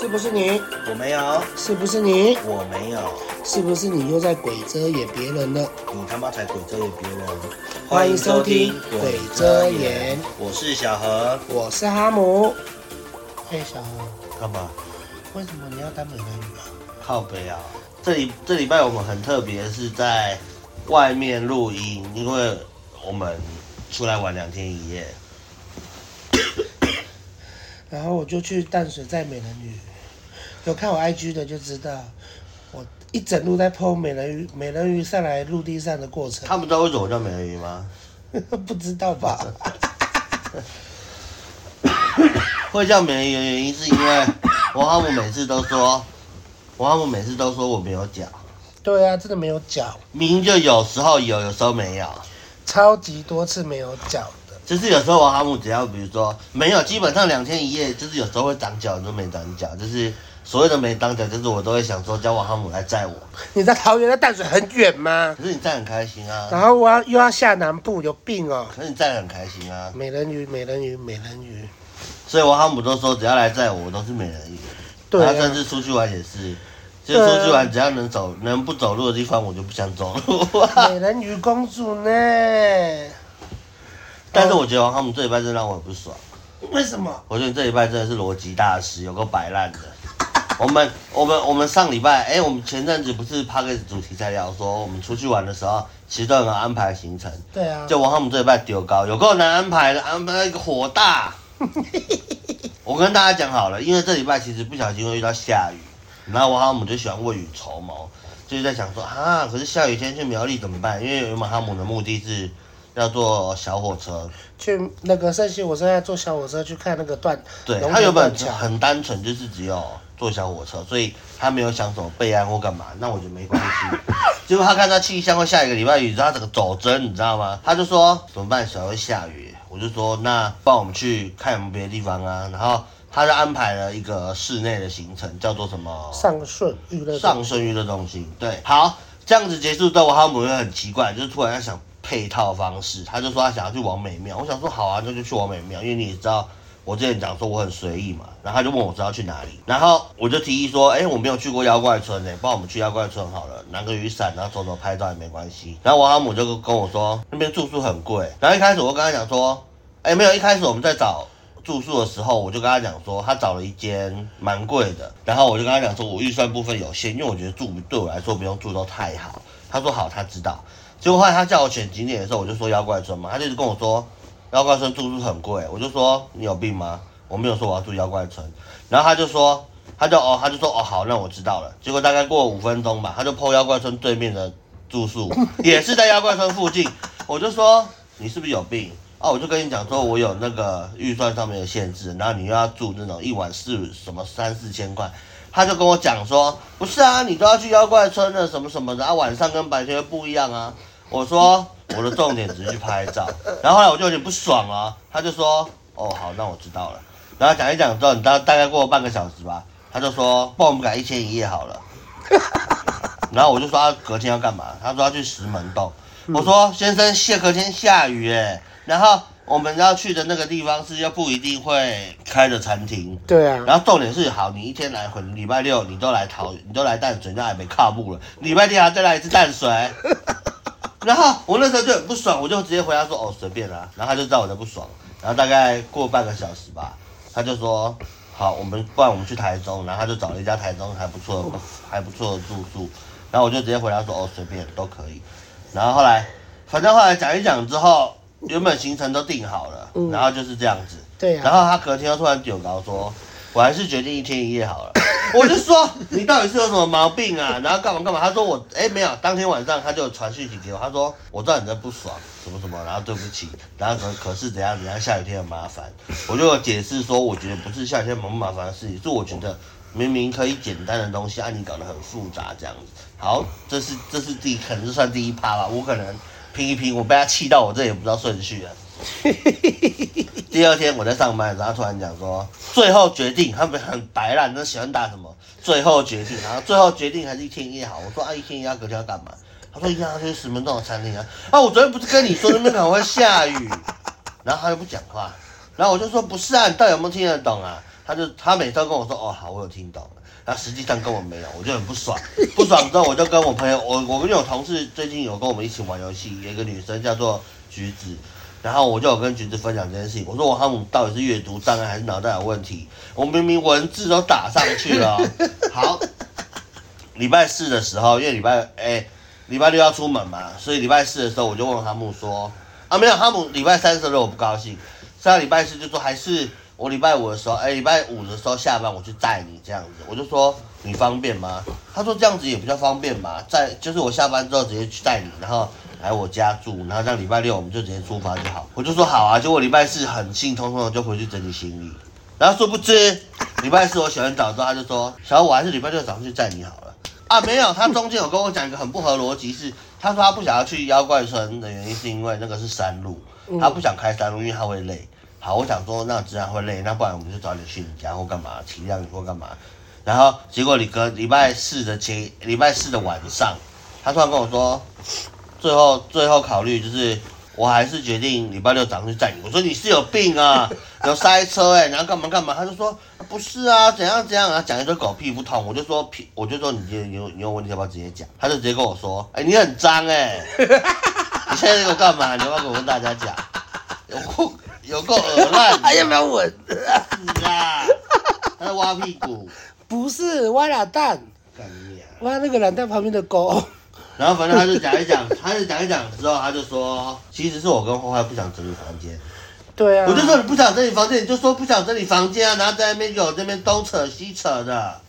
是不是你？我没有，是不是你？我没有，是不是你又在鬼遮掩别人了？你他妈才鬼遮眼别人！欢迎收听鬼遮眼我是小何。我是哈姆。嘿，小何，干嘛？为什么你要当美人鱼啊？靠北啊！这里这礼拜我们很特别，是在外面录音，因为我们出来玩两天一夜。然后我就去淡水载美人鱼，有看我 IG 的就知道，我一整路在剖美人鱼，美人鱼上来陆地上的过程， 他们知道为什么我叫美人鱼吗？不知道吧？ 会叫美人鱼的原因是因为我哈姆每次都说，我哈姆每次都说我没有脚，对啊，真的没有脚，明明就有时候有，有时候没有。超级多次没有脚的。就是有时候我哈姆只要比如说没有，基本上两天一夜，就是有时候会长脚，有时候没长脚，就是所谓的没长脚，就是我都会想说叫我哈姆来载我，你在桃园在淡水很远吗？可是你载很开心啊，然后我要又要下南部，有病哦！可是你载很开心啊，美人鱼，美人鱼，美人鱼，所以我哈姆都说只要来载我，我都是美人鱼，对然后甚啊，至出去玩也是。就对是啊出去玩，只要能走、能不走路的地方，我就不想走路。 美人鱼公主呢？但是我觉得哈姆这礼拜真的让我很不爽。呃为什么？我觉得你这礼拜真的是逻辑大师，有个摆烂的。我们我们我们上礼拜，哎、我们前阵子不是 p a 个主题在聊说，我们出去玩的时候，其实都有安排行程。对啊，就王汉姆这礼拜丢高，有够难安排的，安排那个火大。我跟大家讲好了，因为这礼拜其实不小心会遇到下雨，然后王汉姆就喜欢未雨绸缪，就是在想说啊，可是下雨天去苗栗怎么办？因为原本汉姆的目的是要坐小火车，去那个圣西火车站坐小火车去看那个断，对龙他原腾本断桥很单纯，就是只有坐小火车，所以他没有想什么备案或干嘛，那我觉得没关系。结果他看到气象会下一个礼拜雨，然后他整个走针，你知道吗？他就说怎么办？小会下雨，我就说那帮我们去看有没有别的地方啊。然后他就安排了一个室内的行程，叫做什么？上顺娱乐上升娱乐中心。对，好，这样子结束之后，我哈姆又很奇怪，就是突然在想配套方式，他就说啊他想要去王美庙，我想说好啊，那就去王美庙，因为你也知道。我之前讲说我很随意嘛，然后他就问我知道去哪里，然后我就提议说，哎、我没有去过妖怪村诶、帮我们去妖怪村好了，拿个雨伞，然后走走拍照也没关系。然后我哈姆就跟我说哎那边住宿很贵，然后一开始我跟他讲说，哎、没有，一开始我们在找住宿的时候，我就跟他讲说，他找了一间蛮贵的，然后我就跟他讲说，我预算部分有限，因为我觉得住对我来说不用住到太好。他说好，他知道。结果后来他叫我选景点的时候，我就说妖怪村嘛，他就一直跟我说妖怪村住宿很贵，我就说你有病吗？我没有说我要住妖怪村，然后他就说，他就哦，他就说哦好，那我知道了。结果大概过五分钟吧，他就 PO 妖怪村对面的住宿， 也是在妖怪村附近，我就说你是不是有病？哦，我就跟你讲说，我有那个预算上面的限制，然后你又要住那种一晚四什么三四千块，他就跟我讲说，不是啊，你都要去妖怪村了什么什么的，啊晚上跟白天又不一样啊。我说我的重点只是去拍照， 然后后来我就有点不爽啊，他就说，哦好，那我知道了。然后讲一讲之后，你大大概过了半个小时吧，他就说，帮我们改一千一夜好了。 然后我就说他隔天要干嘛？他说要去石门洞。我说先生，下隔天下雨哎，然后我们要去的那个地方是又不一定会开的餐厅。对啊，然后重点是，好，你一天来回，礼拜六你都来桃，你都来淡水，那还没靠步了，礼拜天还再来一次 淡水。然后我那时候就很不爽，我就直接回答说，哦，随便啦、然后他就知道我在不爽，然后大概过半个小时吧，他就说，好，我们不然我们去台中，然后他就找了一家台中还不错哦的还不错的住宿，然后我就直接回答说，哦，随便都可以。然后后来，反正后来讲一讲之后，原本行程都定好了，嗯然后就是这样子。对啊然后他隔天又突然丢高说，我还是决定一天一夜 好了。我就说你到底是有什么毛病啊？然后干嘛干嘛？他说我哎没有，当天晚上他就传讯息给我，他说我知道你在不爽什么什么，然后对不起，然后可可是怎样怎样，下雨天很麻烦。我就有解释说，我觉得不是下雨天很麻烦的事情，是我觉得明明可以简单的东西，啊你搞得很复杂这样子。好，这是这是第可能是算第一趴吧，我可能拼一拼，我被他气到我这也不知道顺序啊了。 第二天我在上班的时候，他突然讲说，最后决定，他们很白烂，都喜欢打什么最后决定，然后最后决定还是一天一夜好。我说啊，一天一夜要隔天要干嘛？他说一样要去石门洞的餐厅啊。啊，我昨天不是跟你说那边可能会下雨，然后他就不讲话，然后我就说不是啊，你到底有没有听得懂啊？他就他每次都跟我说哦好，我有听懂了，然后实际上根本没有，我就很不爽，不爽之后我就跟我朋友，我我们有同事最近有跟我们一起玩游戏，有一个女生叫做橘子。然后我就有跟橘子分享这件事情，我说王哈姆到底是阅读障碍还是脑袋有问题？我明明文字都打上去了哦、好，礼拜四的时候，因为礼拜哎礼拜六要出门嘛，所以礼拜四的时候我就问哈姆说，啊没有，哈姆礼拜三的时候我不高兴，上礼拜四就说还是我礼拜五的时候，哎、礼拜五的时候下班我去载你这样子，我就说你方便吗？他说这样子也比较方便嘛，载就是我下班之后直接去载你，然后来我家住，然后这样礼拜六我们就直接出发就好。我就说好啊，结果礼拜四很兴冲冲的就回去整理行李，然后殊不知礼拜四我洗完澡之后他就说，小五我还是礼拜六早上去载你好了。啊，没有，他中间有跟我讲一个很不合逻辑是，他说他不想要去妖怪村的原因是因为那个是山路，嗯他不想开山路，因为他会累。好，我想说那自然会累，那不然我们就早点去你家或干嘛，体谅你或干嘛。然后结果你隔礼拜四的前礼拜四的晚上，他突然跟我说，最后最后考虑就是，我还是决定礼拜六早上去载你。我说你是有病啊， 有塞车哎、然后干嘛干嘛？他就说不是啊，怎样怎样，然后讲一堆狗屁不通。我就说屁，我就说你你你有你有问题要不要直接讲？他就直接跟我说，哎、你很脏哎、 你现在在给我干嘛？你要不要跟大家讲？有够有够恶烂 的，还哎有没有稳？死啊！他在挖屁股，不是挖俩蛋，干你啊！挖那个懒蛋旁边的狗。 然后反正他就讲一讲，他就讲一讲之后，他就说，其实是我跟花花不想整理房间。对啊，我就说你不想整理房间，你就说不想整理房间啊，然后在那边给我这边东扯西扯 的。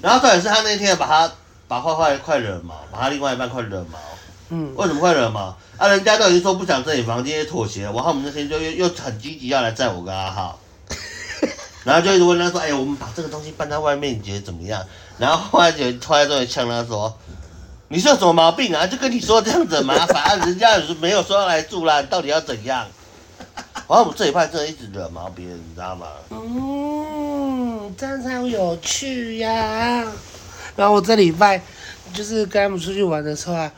然后重点是他那天把他把坏坏快惹毛，把他另外一半快惹毛。嗯，为什么会惹毛？啊，人家都已经说不想整理房间，也妥协了。然后我们那天就又又很积极要来载我跟阿浩，然后就一直问他说：“哎、我们把这个东西搬到外面，你觉得怎么样？”然后后来就突然终于呛他说：“你是有什么毛病啊？就跟你说这样子很麻烦，啊人家也是没有说要来住啦，你到底要怎样？”然后我们这一派真的一直惹毛别人，你知道吗？嗯，这样才有趣呀、然后我这礼拜就是跟他们出去玩的时候啊，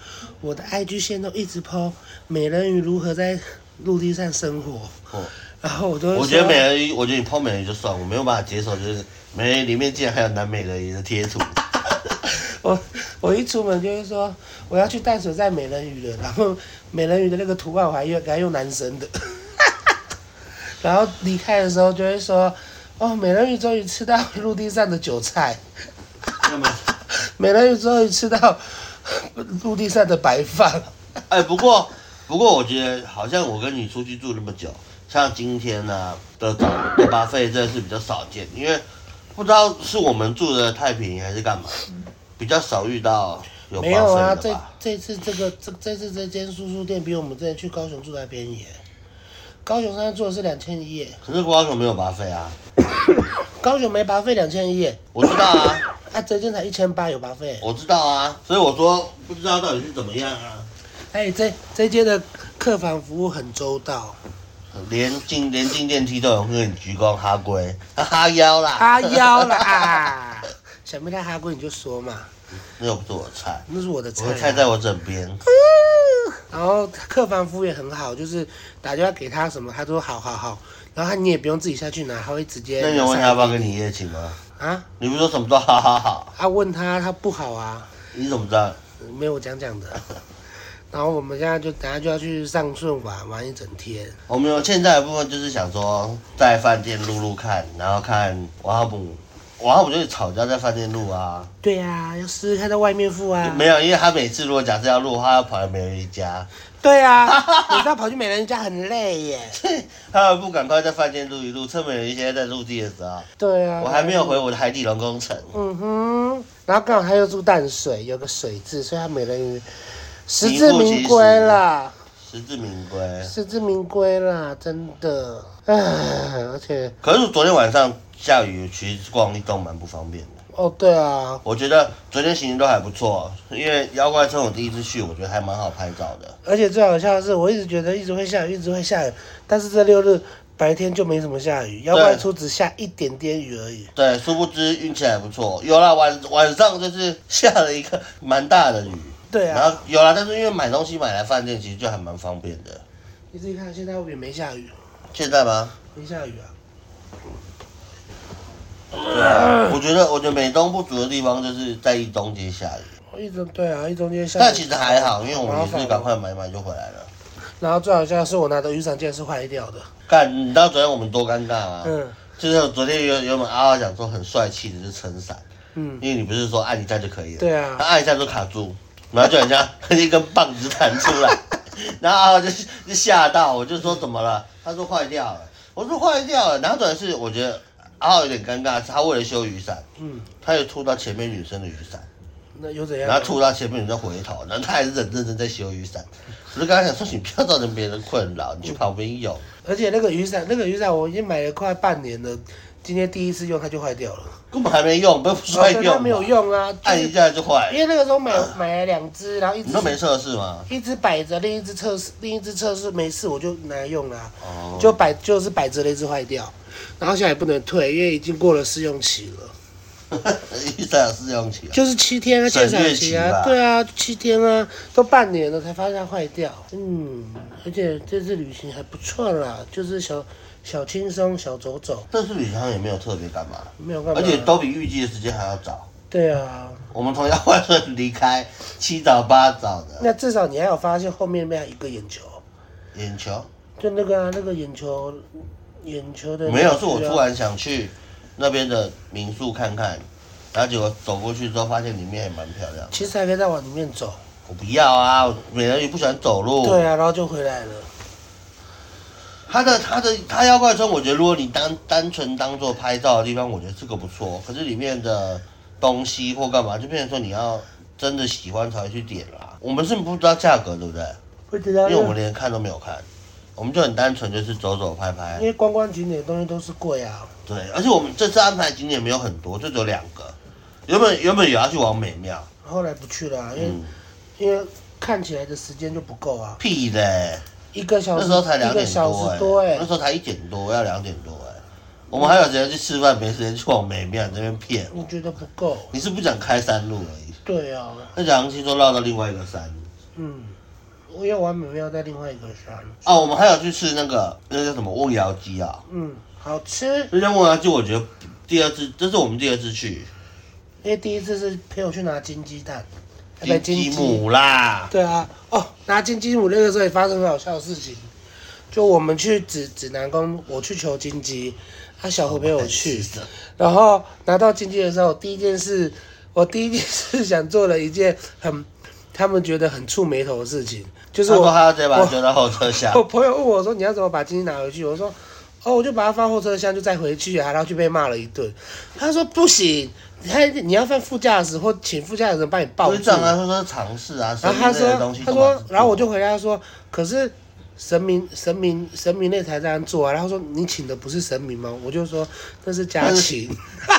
我的 IG 线都一直 po 美人鱼如何在陆地上生活，哦然后我都会我觉得说美人鱼，我觉得你碰美人鱼就算，我没有办法接受，就是美人鱼里面竟然还有南美人鱼的贴图。我我一出门就会说 我要去淡水站美人鱼了，然后美人鱼的那个图案我还用给他用男生的， 然后离开的时候就会说哦，美人鱼终于吃到陆地上的韭菜，那么 美人鱼终于吃到陆地上的白饭，哎，不过不过，我觉得好像我跟你出去住那么久，像今天呢、的早的巴费真的是比较少见，因为不知道是我们住的太平还是干嘛，比较少遇到有巴没有啊，费的这吧。这次这个这这次这间叔叔店比我们之前去高雄住的还便宜耶，高雄上次住的是两千一夜，可是高雄没有巴费啊，高雄没拔费两千一夜，我知道啊，啊，这间才一千八有拔费。我知道啊，所以我说不知道到底是怎么样啊，哎、这这间的客房服务很周到，连进连进电梯都有人跟你鞠躬哈龟哈腰啦，哈腰啦，啊 想被他哈过你就说嘛， 那又不是我的菜，那是我的我菜、啊的菜在我枕 边。然后客房服务也很好，就是打电话给他什么，他都说好好好，然后他你也不用自己下去拿，他会直接。那你有问他要不要跟你一夜情吗？啊？你不是说什么都好好好？啊，问他他不好啊，你怎么知道？没有我讲讲 的。然后我们现在就等下就要去上顺玩玩一整天，我们有欠债的部分就是想说在饭店录录看，然后看王浩姆，王浩姆就是吵架在饭店录啊，对呀、啊，要试试看在外面付啊。没有，因为他每次如果假设要录，他要跑来美人鱼家，对啊，你知道跑去美人家很累耶。他们不赶快在饭店录一录，趁美人鱼现在在陆地的时候，对啊，我还没有回我的海底龙工程，嗯哼，然后刚好他又住淡水，有个水字，所以他美人鱼实名至副其名实归啦，实至名归。实至名归啦，真的。唉，而且可是昨天晚上下雨，其实逛一栋蛮不方便的。哦，对啊，我觉得昨天行程都还不错，因为妖怪村我第一次去，我觉得还蛮好拍照的。而且最好笑的是，我一直觉得一直会下雨，一直会下雨，但是这六日白天就没什么下雨，要外出只下一点点雨而已。对，殊不知运气还不错。有啦，晚晚上就是下了一个蛮大的雨。对啊然后有啦，但是因为买东西买来饭店，其实就还蛮方便的。你自己看，现在外面没下雨，现在吗？没下雨啊，对啊，我觉得我觉得美中不足的地方就是在一中间下雨，一中对啊，一中间下雨。但其实还好，因为我们麻也烦是赶快买买就回来了。然后最好笑的是我拿的雨伞竟然是坏掉的。干，你知道昨天我们多尴尬吗？嗯就是昨天原原本阿浩讲说很帅气的是撑伞，嗯，因为你不是说按一下就可以了，对他啊，按一下就卡住，然后就人家 一根棒子弹出来， 然后阿浩就就吓到，我就说怎么了？他说坏掉了，我说坏掉了，然后主要是我觉得阿浩有点尴尬，是他为了修雨伞，嗯，啊他又吐到前面女生的雨伞，那又怎样？然后吐到前面女生回头，然后他还是很认真在修雨伞，我就跟他讲说你不要造成别人困扰，你去旁边用。而且那个雨伞，那个雨伞我已经买了快半年了，今天第一次用它就坏掉了。根本还没用，不是坏哦对用它吗，没有用啊，就按是一下就坏因为了。那个时候买买了两只，然后一你只都没测试吗？一只摆着，另一只测试，另一只测试没事，我就拿来用啦、哦， 就摆就是摆着那只坏掉，然后现在也不能退，因为已经过了试用期了，一下有试用期啊。就是七天啊，鉴赏期省略期吧啊，对啊，七天啊，都半年了才发现它坏掉，嗯，而且这次旅行还不错啦，就是小小轻松小走走，这次旅行也没有特别干嘛，没有干嘛，而且都比预计的时间还要早。对啊，我们从要万顺离开，七早八早的那至少你还有发现后面那一个眼球，眼球就那个啊那个眼球，眼球的那个没有，是我区啊突然想去那边的民宿看看，然后结果走过去之后发现里面也蛮漂亮。其实还可以再往里面走，我不要啊，我美人鱼不喜欢走路。对啊，然后就回来了。它的它的它妖怪村，我觉得如果你单单纯当做拍照的地方，我觉得这个不错。可是里面的东西或干嘛，就变成说你要真的喜欢才会去点啦。我们是不知道价格，对不对？不知道因为我们连看都没有看，我们就很单纯就是走走拍拍因。为观光景点的东西都是贵啊，对，而且我们这次安排景点没有很多，就只有两个。原本原本也要去往美庙，后来不去了、啊，因为、嗯，因为看起来的时间就不够啊，屁嘞，一个小那时时候才两一个点小多哎、时多哎、那时候才一点多，要两点多哎、我们还有时间去吃饭，没时间去往美庙你这边骗我我觉得不够。你是不想开山路而已，对啊，那讲听说绕到另外一个山嗯，因为完美庙在另外一个山，啊。我们还有去吃那个那叫什么瓮窑鸡啊，嗯，好吃。那家瓮窑鸡我觉得第二次，这是我们第二次去因为第一次是陪我去拿金鸡蛋，还金买金鸡鸡母啦，对啊，哦，拿金鸡母那个时候也发生很好笑的事情，就我们去指指南宫，我去求金鸡，他、小何陪我去，然后拿到金鸡的时候，第一件事，我第一件事想做了一件很他们觉得很触眉头的事情， 就就是是说我他要直接把它丢到后 车厢我，朋友问我说你要怎么把金鸡拿回去，我说。哦，我就把它放后车厢，就再回去啊，然后就被骂了一顿。他说不行，他你要放副驾驶或请副驾驶人帮你抱会住。长啊，他说尝试啊，然后他神秘类的说东西，他都蛮说，然后我就回答说，可是神明神明神明那才这样做啊。然后他说你请的不是神明吗？我就说那是家禽，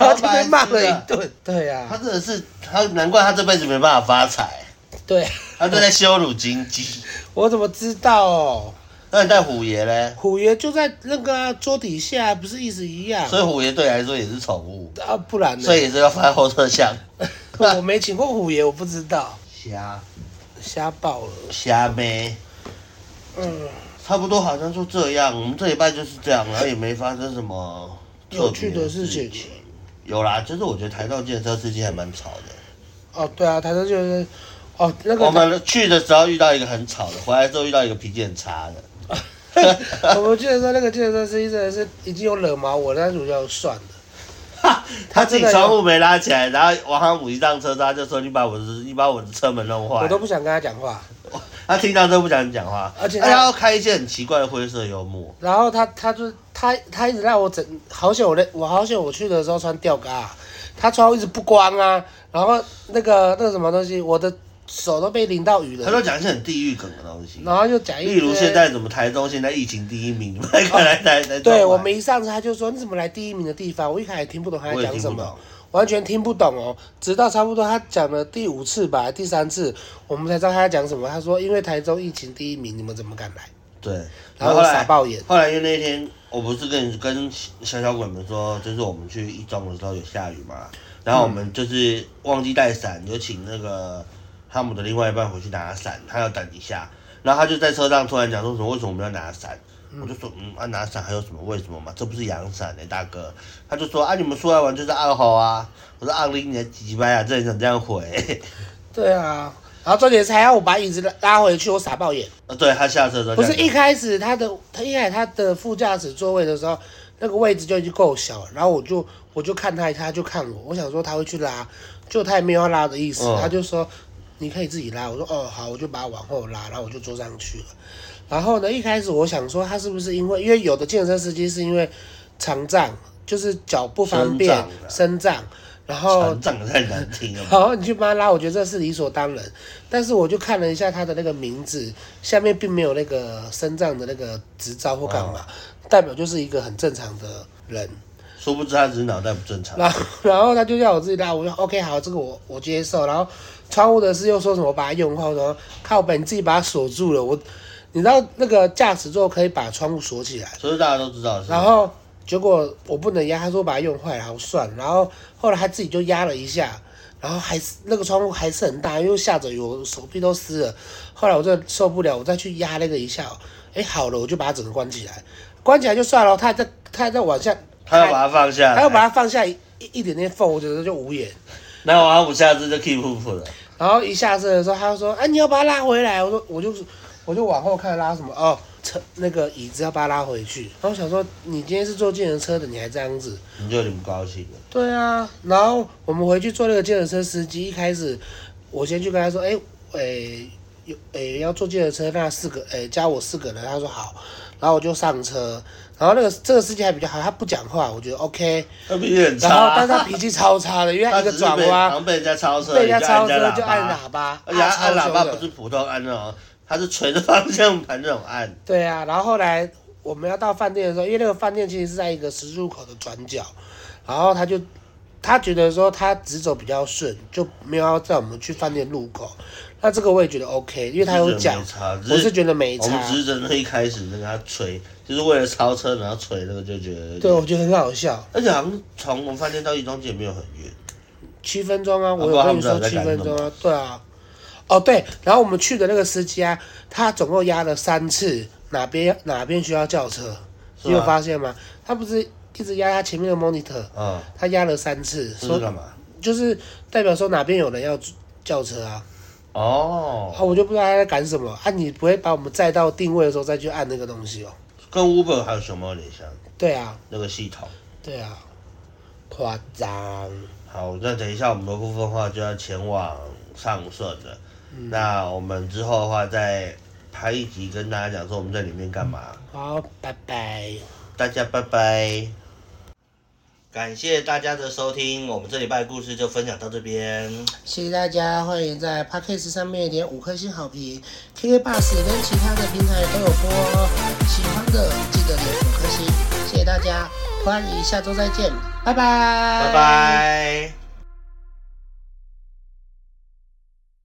然后就被骂了一顿。对呀、他啊，真的是他，难怪他这辈子没办法发财，对，他正在羞辱金鸡。我怎么知道哦？那你带虎爷嘞？虎爷就在那个啊、桌底下，不是意思一样所以虎爷对你来说也是宠物，啊？不然呢所？以也是要放在后车厢。我没请过虎爷，我不知道，瞎瞎报了。瞎呗。嗯，差不多好像就这样，我们这礼拜就是这样，然后也没发生什么有趣特的别的事情情。。有啦，就是我觉得台道建车司机还蛮吵的。哦，对啊，他说就是，哦，那个我们去的时候遇到一个很吵的，回来之后遇到一个脾气很 差的。 我们记得说那个计程车司机真的是已经有惹毛我，但是我就算了。他自己窗户没拉起来，然后王航武一上车，他就说：“你把我的你把我的车门弄坏。”我都不想跟他讲话。他听到都不想讲话，而且他他要开一些很奇怪的灰色幽默。然后他他就他他一直让我整，好险我那我好险我去的时候穿吊嘎，啊他穿一直不光啊，然后那个那个什么东西，我的手都被淋到雨他了，都讲一些很地狱梗的东西，然后又讲一堆例如现在怎么台中现在疫情第一名， 你们来看来台台中对我们一上车他就说你怎么来第一名的地方，我一开始听不懂他我在也讲听什不么懂。。完全听不懂哦，直到差不多他讲了第五次吧，第三次我们才知道他在讲什么。他说：“因为台中疫情第一名，你们怎么敢来对，？”然然后后我后傻来爆眼。后来因为那天我不是跟跟小小鬼们说，就是我们去一中的时候有下雨嘛，然后我们就是忘记带伞，就请那个汤姆的另外一半回去拿伞，他要等一下，然后他就在车上突然讲说什么为什么我们要拿伞，我就说，嗯，啊，拿伞还有什么为什么嘛？这不是阳伞哎、大哥。他就说，啊，你们出来玩就是暗吼啊。我说，暗拎你的鸡巴呀，真的啊想这样回、对啊，然后重点是还要我把椅子拉拉回去，我傻爆眼。 啊，对他下车的时候不是这样一开始他的，他一开始他的副驾驶座位的时候，那个位置就已经够小了，然后我就我就看他，他就看我，我想说他会去拉，就他也没有要拉的意思，嗯他就说你可以自己拉，我说哦好，我就把他往后拉，然后我就坐上去了。然后呢，一开始我想说他是不是因为，因为有的健身司机是因为肠胀，就是脚不方便生胀啊生胀，然后船长太难听了吧。好，你去帮他拉，我觉得这是理所当然。但是我就看了一下他的那个名字，下面并没有那个身障的那个执照或干嘛，代表就是一个很正常的人。殊不知他只是脑袋不正常。然后，然后他就叫我自己拉，我说 OK 好，这个我我接受。然后窗户的事又说什么把它用好，然后靠本你自己把它锁住了。我，你知道那个驾驶座可以把窗户锁起来。所以大家都知道的事。然后结果我不能压，他说把它用坏了，然后算了。然后后来他自己就压了一下，然后还是那个窗户还是很大，因为下着雨，我手臂都湿了。后来我真的受不了，我再去压那个一下，哎，好了，我就把它整个关起来，关起来就算了。他还在他还在往下，他要把它放下来，他要把它放下一一点点缝，我觉得就无言。那我阿姆下次就 keep up 了。然后一下车的时候，他就说：“哎、你要把它拉回来。”我说：“我就我就往后看拉什么哦，车那个椅子要把它拉回去。”然后我想说：“你今天是坐计程车的，你还这样子？”你就有点不高兴了。对啊，然后我们回去坐那个计程车司机，一开始我先去跟他说，哎、诶、有诶、要坐计程车，那四个诶、加我四个人，他说好，然后我就上车，然后那个这个司机还比较好，他不讲话，我觉得 OK，那脾气很差然后但啊。是他脾气超差的，因为他他一个只是被转弯常被人家超车，被人家超你就车按就人家按喇叭，喇叭，而且他按超喇叭凶的不是普通按那种，他是垂着方向盘那种按。对啊，然后后来我们要到饭店的时候，因为那个饭店其实是在一个十字路口的转角，然后他就他觉得说他直走比较顺，就没有要带我们去饭店路口。那这个我也觉得 OK，因为他有讲没，差，只我是觉得没我差们。只是真的一开始那个他捶，就是为了超车然后捶那个就觉得。对，我。觉得很好笑，而且好像从我们饭店到一中街没有很远，七分钟啊，我不知道有跟他你们说到底在七赶分什钟啊，对啊，哦对，然后我们去的那个司机啊，他总共压了三次，哪边哪边需要叫车，是你有吗？发现吗？他不是一直压他前面的 monitor，嗯，他压了三次，这是说干嘛？就是代表说哪边有人要叫车啊，哦啊，，我就不知道他在赶什么啊，你不会把我们载到定位的时候再去按那个东西哦？跟 Uber 还有什么有点像？对啊，那个系统。对啊，夸张，好，那等一下我们的部分的话就要前往上顺了。嗯那我们之后的话再拍一集跟大家讲说我们在里面干嘛。好，拜拜。大家拜拜。感谢大家的收听，我们这礼拜的故事就分享到这边。谢谢大家，欢迎在 Podcast 上面点五颗星好评，KK Bus 跟其他的平台都有播哦。喜欢的记得点五颗星，谢谢大家，欢迎下周再见，拜拜，拜拜。